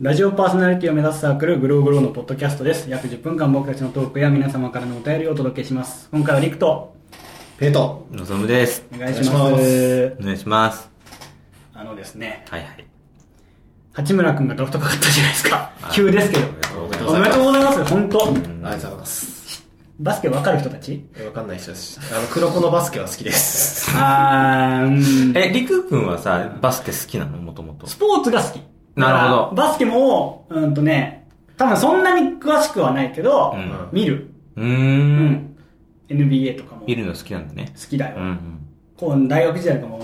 ラジオパーソナリティを目指すサークルグローグローのポッドキャストです約10分間僕たちのトークや皆様からのお便りをお届けします今回はリクとペイトのぞむです。お願いしまお願いすお願いします。あのですねはいはい。八村君がドラフトかかったじゃないですかあ急ですけどおめでとうおござめでいますとうございます本当ありがとうございますバスケ分かる人たちえわかんない人ですあの黒子のバスケは好きです あーうんえ、りくくんはさ、バスケ好きなのもともと。スポーツが好きなるほだどからバスケもうんとね多分そんなに詳しくはないけど、うん見る、うー。うん NBA とかも見好るの好きなんだね。きだよ、うんうん。こう大学時代とかも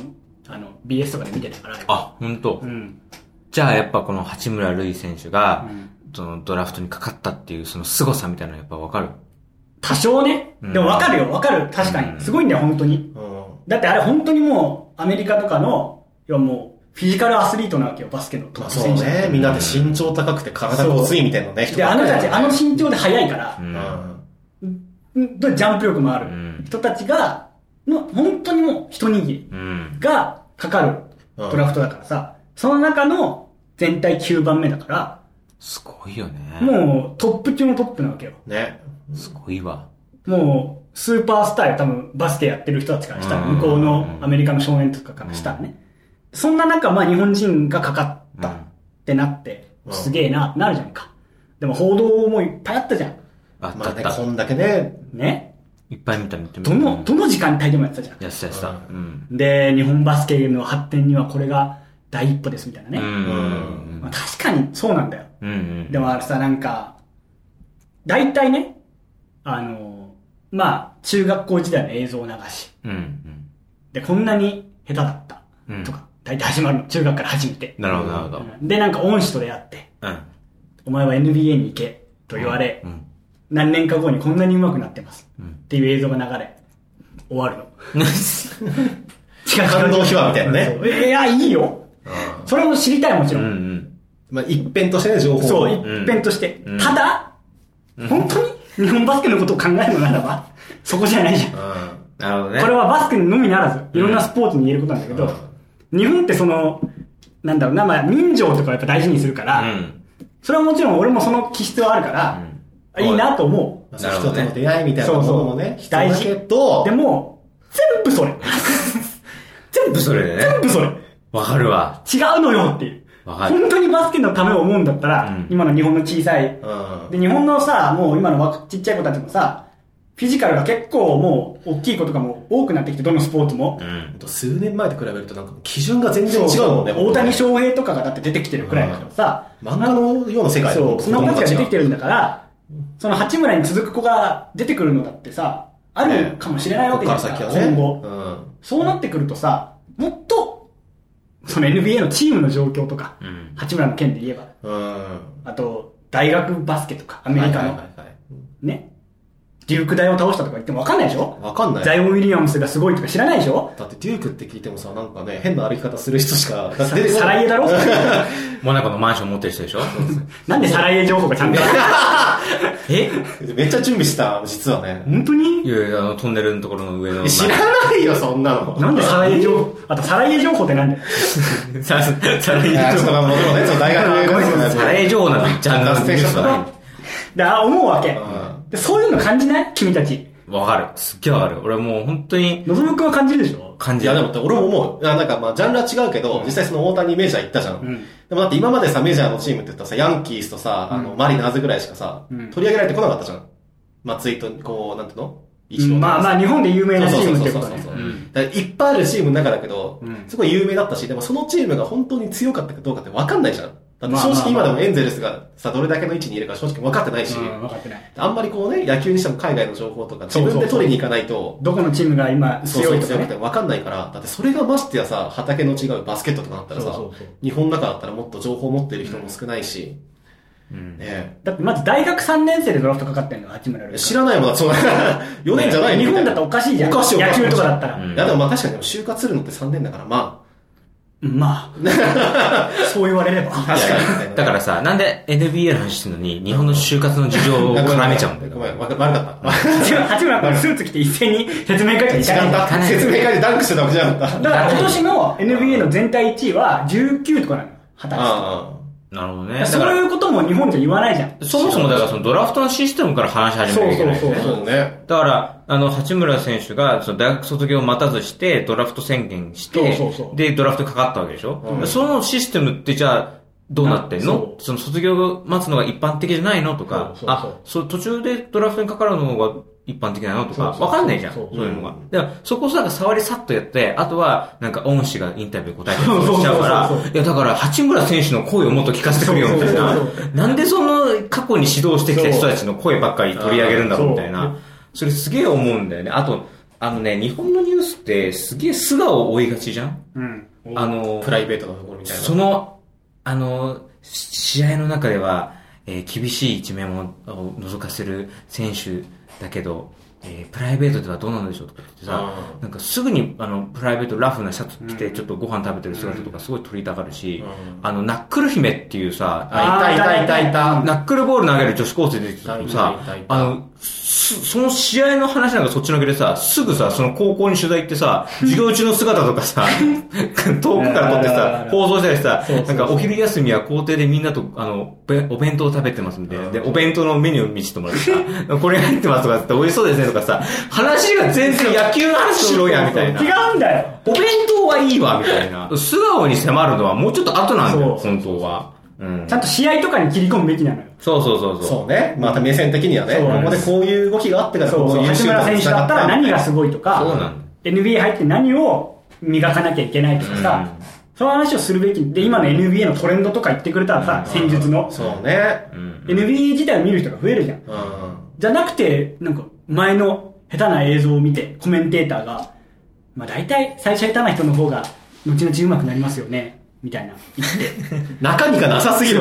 あの BS とかで見てたからあ、ほんとう。ん、じゃあやっぱこの八村塁選手がう、んそのドラフトにかかったっていうその凄さみたいなのやっぱわかる。多少ね、うんでも分かるよ分かる確かに、うんすごいんだよ本当にうんだってあれ本当にもうアメリカとかの要はもうフィジカルアスリートなわけよバスケのトまッあプそ選う手って、ねみんなで身長高くて体ごついみたいなね人であの人たちあの人身長で速いからう、。うんんうんとジャンプ力もあうる、ん。人たちがの本当にもう一握りうん。がかかるドラフトだからさ、その中の全体9番目だから、すごいよね。もうトップ中のトップなわけよ。ねすごいわ。もう、スーパースターよ、多分バスケやってる人たちからしたら、うん向こうのアメリカの少年とかからしたらね。そんな中、まあ日本人がかかうったっんてなって、うんすげえな、なるじゃんか。でも報道もいっぱいあったじゃん。あったまああっねたこ。んだけねね。いっぱい見た見てみた。どの、うんどの時間帯でもやってたじゃん。やってたやってた。うん。で、日本バスケの発展にはこれが第一歩ですみたいなうんね。うんまあ確かにそうなんだよ。うん。うん。でもあれさ、なんか、大体ね、あの、まあ、中学校時代の映像流し、うん。うん。で、こんなに下手だった、うんとか、大体始まるの、中学から始めて。なるほど、なるほど。うんで、なんか恩師と出会って、うん。お前は NBA に行け、と言われ、うん。何年か後にこんなに上手くなってます、うんっていう映像が流れ、終わるの。 違感動秘話みたいなねそういや、いいよ。それも知りたい、もちろん。んまあ一辺としてね情報そう、うん一辺として。うんただ、本当に日本バスケのことを考えるのならば、そこじゃないじゃん。こなるほどね。れはバスケのみならず、いろんなスポーツに言えることなんだけど、日本ってその、なんだろうな、まあ、民情とかやっぱ大事にするから、うん。それはもちろん俺もその気質はあるから、うんいいなと思まあなそるう人ほどとねの出会いみたいなものもねそうそう必要だけどう。でも、全部そ れ。全部それでね全部それ。わかるわ。違うのよっていう。わかる本当にバスケのためを思うんだったら、うん今の日本の小さいうんで、日本のさ、もう今の若ちっちゃい子たちもさ、フィジカルが結構もう、大きい子とかも多くなってきて、どのスポーツもう。ん。数年前と比べるとなんか基準が全然違うもんね大谷翔平とかがだって出てきてるくらいだからさ、漫画のような世界だもそう、んその子たちが出てきてるるんだから、その八村に続く子が出てくるのだってさ、あるかもしれないわけじゃないこでっすかから先はね今後。うんそうなってくるとさ、もっと、その NBA のチームの状況とか、うん。八村の件で言えば、うんあと、大学バスケとか、アメリカはいはのい、はいはいね、デューク大を倒したとか言ってもわかんないでしょわかんない。ザイオン・ウィリアムスがすごいとか知らないでしょだってデュークって聞いてもさ、なんかね、変な歩き方する人しか、だってさ出てこサなラい イエだろモナコのマンション持ってる人でしょなんでサライエ情報がちゃ んとあるえ めっちゃ準備した、実はね。本当にいやいや、あの、トンネルのところの上の。知らないよ、そんなの。なんでサライエ情報あとサライエ情報ってなんだよ。さ、さ、さ、いやちょっとまあもちろんね、その大学ごめんなのサラエ情報なのジャンダーステーションで、あ思うわけんで。そういうの感じない君たち。わかる。すっげえわかる。俺もう本当にのぞむくんは感じるでしょ感いじや、でも、俺も思う。あなんか、まあ、ジャンルは違うけど、実際その大谷メジャー行ったじゃん。んでもだって今までさ、メジャーのチームって言ったらさ、ヤンキースとさ、あの、マリナーズぐらいしかさ、うん取り上げられてこなかったじゃん。まあ、ツイートに、こう、なんていうのうんまあまあ、日本で有名なチそうーそうムっそてうこそうとそうね。そうう。んだからいっぱいあるチームの中だけど、うんすごい有名だったし、でもそのチームが本当に強かったかどうかって分かんないじゃん。だってまあ正直ま今あでもエンゼルスがさ、どれだけの位置にいるか正直分かってないし、うん、分かってない。あんまりこうね、野球にしても海外の情報とか自そうそう分で取りに行かないと、どこのチームが今そう強そいうとか強くてね。分かんないから、だってそれがましてやさ、畑の違うバスケットとかだったらさ、そうそうそう日本の中だったらもっと情報持ってる人も少ないし、うん。ねだってまず大学3年生でドラフトかかってんの、八村え塁。知らないもんだ、そんな。4年じゃないの日みた本だいなったらおかしいじゃん。おかしいおか野しい球とかだったら。うんいやでもまあ確かにでも就活するのって3年だから、ままあ、 そう言われれば。あ、確かに。だからさ、なんで NBA の話してるのに、日本の就活の事情を絡めちゃうんだよ。ごめん、わか悪かった。八村君スーツ着て一斉に説明会とか行時かない間だだ説明会でダンクしてたわけじゃなかった。から今年の NBA の全体1位は19とかなのよ。二十歳とか。あなるほどね。やだかそういら、うことも日本じゃ言わないじゃん。そもそもだからそのドラフトのシステムから話し始めなきゃいけないよそうねそう。そうね。だから、あの、八村選手が、その大学卒業を待たずして、ドラフト宣言して、そうそうそうで、ドラフトかかったわけでしょ、うんそのシステムってじゃあ、どうなってんなのそその卒業を待つのが一般的じゃないのとか、そうそうそうあ、そう、途中でドラフトにかかるのが一般的なのとか、そうそうそうわかんないじゃん、そそううそういうのが。だから、そこをさ、触りさっとやって、あとは、なんか恩師がインタビュー答えたりとかしちゃうかそうそうそうそうら、いや、だから、八村選手の声をもっと聞かせてくれよ、みたいなそうそう。なんでその過去に指導してきた人たちの声ばっかり取り上げるんだろうみたいそうな。それすげえ思うんだよね。あと、あのね、日本のニュースってすげえ素顔を追いがちじゃんうん。あのプ、ライベートのところみたいな。その、あの、し試合の中では、えー厳しい一面をを覗かせる選手だけど、えープライベートではどうなんでしょうとか言ってさ、うなんかすぐにあのプライベートラフなシャツ着うてんちょっとご飯食べてる姿とかすごい撮りたがるし、うんあの、ナックル姫っていうさ、あ、いたいたいたいた。ナックルボール投げる女子高生出てきた時もさいたいたい、たあの、すその試合の話なんかそっちのけでさ、すぐさ、その高校に取材行ってさ、 授業中の姿とかさ、 遠くから撮っあてるあるあさる、放送したりさそうそう、そなうんかお昼休みは校庭でみんなと、あの、べお弁当を食べてますみたいな。で、お弁当のメニュー見せてもらってさ、 これ入ってますとかって、美味しそうですねとかさ、話が全然野球の話しろや、みたいな。違うんだよ。お弁当はいいわ、みたいな。素顔に迫るのはもうちょっと後なんだよ、そう本当は。うんちゃんと試合とかに切り込むべきなのよ。そうそうそうそう。そうね。また目線的にはね。そうここでこういう動きがあってから、そうこそうう。いう八村選手だったら何がすごいとそうか、なんだ。 NBA 入って何を磨かなきゃいけないとかさ、その話をするべき。で、今の NBA のトレンドとか言ってくれたらさ、戦術の。そうね。うん。 NBA 自体を見る人が増えるじゃん。うん。じゃなくて、なんか、前の下手な映像を見て、コメンテーターが、まあ大体、最初下手な人の方が、後々上手くなりますよね、みたいな、言って、言って、中身がなさすぎる。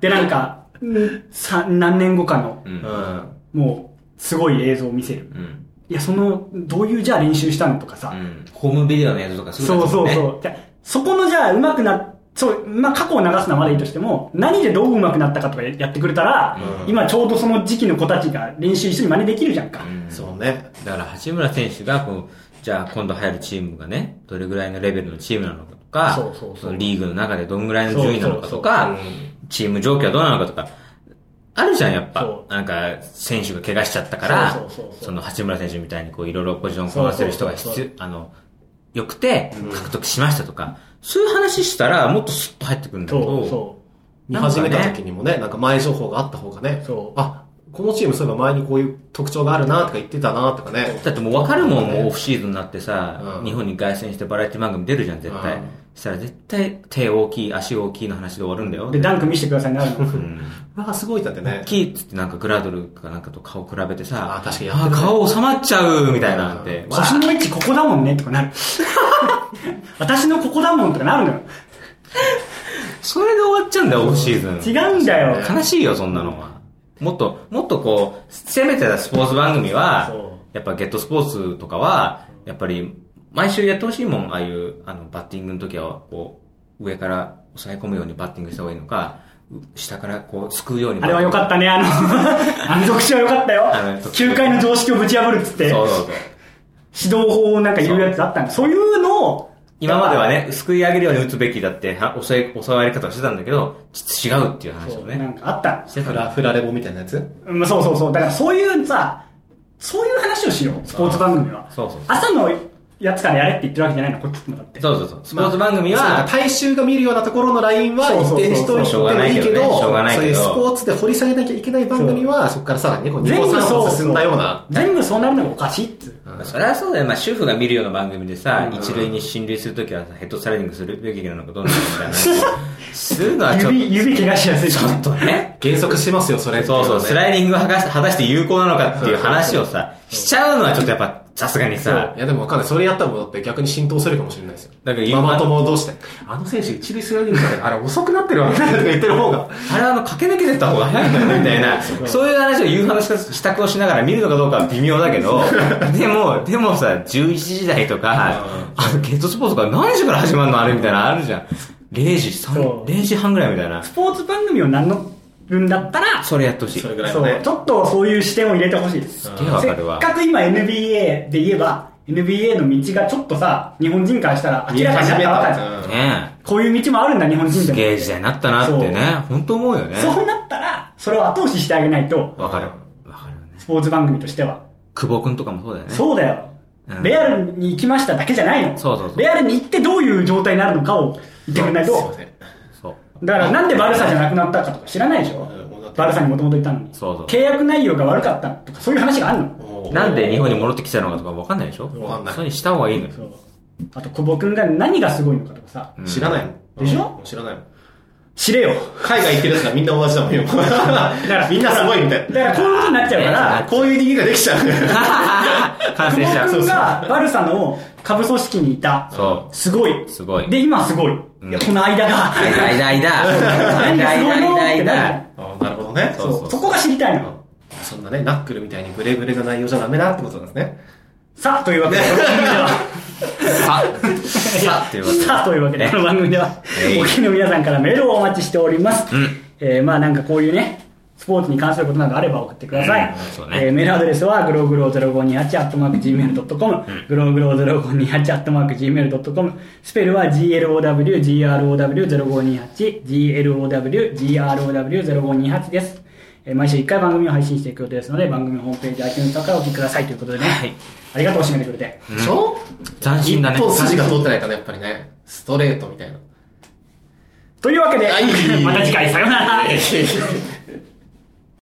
で、なんか、うんさ何年後かのう、。うんん。もう、すごい映像を見せる。うん。いや、その、どういうじゃあ練習したのとかさ、うん。ホームビデオのやつとかすそうそうそう。じゃあそこのじゃあ上手くな、そう、まあ過去を流すのはまだいいとしても、何でどう上手くなったかとかやってくれたら、うん今ちょうどその時期の子たちが練習一緒に真似できるじゃんか。うんそうね。だから、八村選手が、こう、じゃあ今度入るチームがね、どれぐらいのレベルのチームなのかとか、そうそうそうのリーグの中でどんぐらいの順位なのかとそうかそうそううん、チーム状況はどうなのかとか、あるじゃん、やっぱそ。なんか、選手が怪我しちゃったから、そうそうそうそうその八村選手みたいにこう、いろいろポジションをこなせる人が必そうそう要、あの、良くて、獲得しましたとか、そういう話したら、もっとスッと入ってくるんだけそど、うそう。見始めた時にもね、なんか前情報があった方がね。そうあ、このチームそういえば前にこういう特徴があるなとか言ってたなとかね。だってもう分かるもん、もうオフシーズンになってさ、うん日本に凱旋してバラエティ番組出るじゃん、絶対。うんしたら絶対手大きい、足大きいの話で終わるんだよ。で、ダンク見せてくださいになるの。 あ、すごいだって大ね。きいっつってなんかグラドルかなんかと顔比べてさ、あ確かにやってあるね顔収まっちゃうみたいなんて。わ腰の位置ここだもんねとかなる。 私のここだもんとかなるのよ。それで終わっちゃうんだよ、オフシーズン。違うんだよ。悲しいよ、そんなのは。もっと、もっとこう、攻めてたスポーツ番組はそ、やっぱゲットスポーツとかは、やっぱり、毎週やってほしいもん、ああいう、あの、バッティングの時は、こう、上から抑え込むようにバッティングした方がいいのか、う下からこう、すくうように。あれは良かったね、あの、 あの特集は良かったあのよ。特集球界の常識をぶち破るっつって、そうそうそう。指導法をなんか言うやつあったんだ。そういうのを、今まではね、すくい上げるように打つべきだって、は抑え、抑えられ方をしてたんだけど、ち違うっていう話そをう、なね。んかあった。してたフからラ、フラレボみたいなやつうんまあそうそうそう。だからそういうさ、そういう話をしよう、スポーツ番組は。そうそう朝のやつからやれって言ってるわけじゃないの、こっちもだって。そうそうそう。スポーツ番組は、そうか大衆が見るようなところのラインはそうそ一うそう定しておいてもいいけど、しょうがないけどねしょうがないけどそういうスポーツで掘り下げなきゃいけない番組は、そこからさらにね、こう二歩三歩進んだような。全部そうなるのがおかしいっつう。まあそれはそうだよ。まあ、主婦が見るような番組でさ、うん一塁に進塁するときはさヘッドスライディングするべきなのかどうなのかみたいな話をするのはちょっ指、指怪我しやすいし。ちょっと、ね。減速しますよ、それっていそうそう、スイライディングはがし果たして有効なのかっていう話をさ、しちゃうのはちょっとやっぱ、さすがにさ、いやでもわかんない。それやったらもうだって逆に浸透するかもしれないですよ。だからママ友同士で。あの選手一塁スライディングだから、あれ遅くなってるわ、み たいなとか言ってる方が。あれはあの、駆け抜けてった方が早いんだよね、みたいな。 そういう話を夕飯の支度をしながら見るのかどうかは微妙だけど、でも、でもさ、11時台とか、あの、ゲットスポーツが何時から始まるのあれみたいなのあるじゃん。0時、そ3、う0時半ぐらいみたいなス。ポーツ番組を何の分だったら、それやってほしい。それぐらいそのうねち。ょっとそういう視点を入れてほしいですげえわかるわせっかく今 NBA で言えば NBA の道がちょっとさ、日本人からしたら明らかになったわけじゃん。うんねこういう道もあるんだ、日本人でも。すげえ時代になったなってね、本当思うよね。そうなったら、それを後押ししてあげないと、わかる。わかるよね。スポーツ番組としては。久保くんとかもそうだよね。そうだよう。んレアルに行きましただけじゃないの。そうそうそうレアルに行ってどういう状態になるのかを言ってくれないすいまとせ。ん。そう。だからなんでバルサじゃなくなったかとか知らないでしょうんバルサにもともといたのに。そうそう契約内容が悪かったとか、そういう話があるの。おーなんで日本に戻ってきたのかとかわかんないでしょわかんないそれにした方がいいのよ。そう。あと、久保君が何がすごいのかとかさ、知らないもん。でしょうん知らないもん。知れよ。海外行ってるやつがみんな同じだもんよ。みんなすごいみたいだからこういうことになっちゃうかねら、な。こういう理由ができ ちゃう。 完成 しちゃう。久保君そうがバルサの下部組織にいた。そすごい。すごいで、今すごい。うんいや、この間が。う。間、間、 間。何がすごいの間、って間、なる 間。あーなるほどね。そうそうそこが知りたいの。そんなね、ナックルみたいにブレブレな内容じゃダメだってことなんですね。さあ、というわけで、この番組では。さ、 さ、ということで。さあ、というわけで、この番組では、えいお聞きの皆さんからメールをお待ちしております。うんえーまあなんかこういうね、スポーツに関することなどあれば送ってください。うんそうねえーメールアドレスは、グログロ0528 gmail.com、グログロ0528 gmail.com、スペルは glowgrow0528、glowgrow0528 です。えー毎週1回番組を配信していく予定ですので、番組ホームページ、iTunes とかからお聞きくださいということでね。はいありがとう、締めてくれて。でしょ斬一新だね。本筋が通ってないからね、やっぱりね。ストレートみたいな。というわけではい、また次回、さようなら。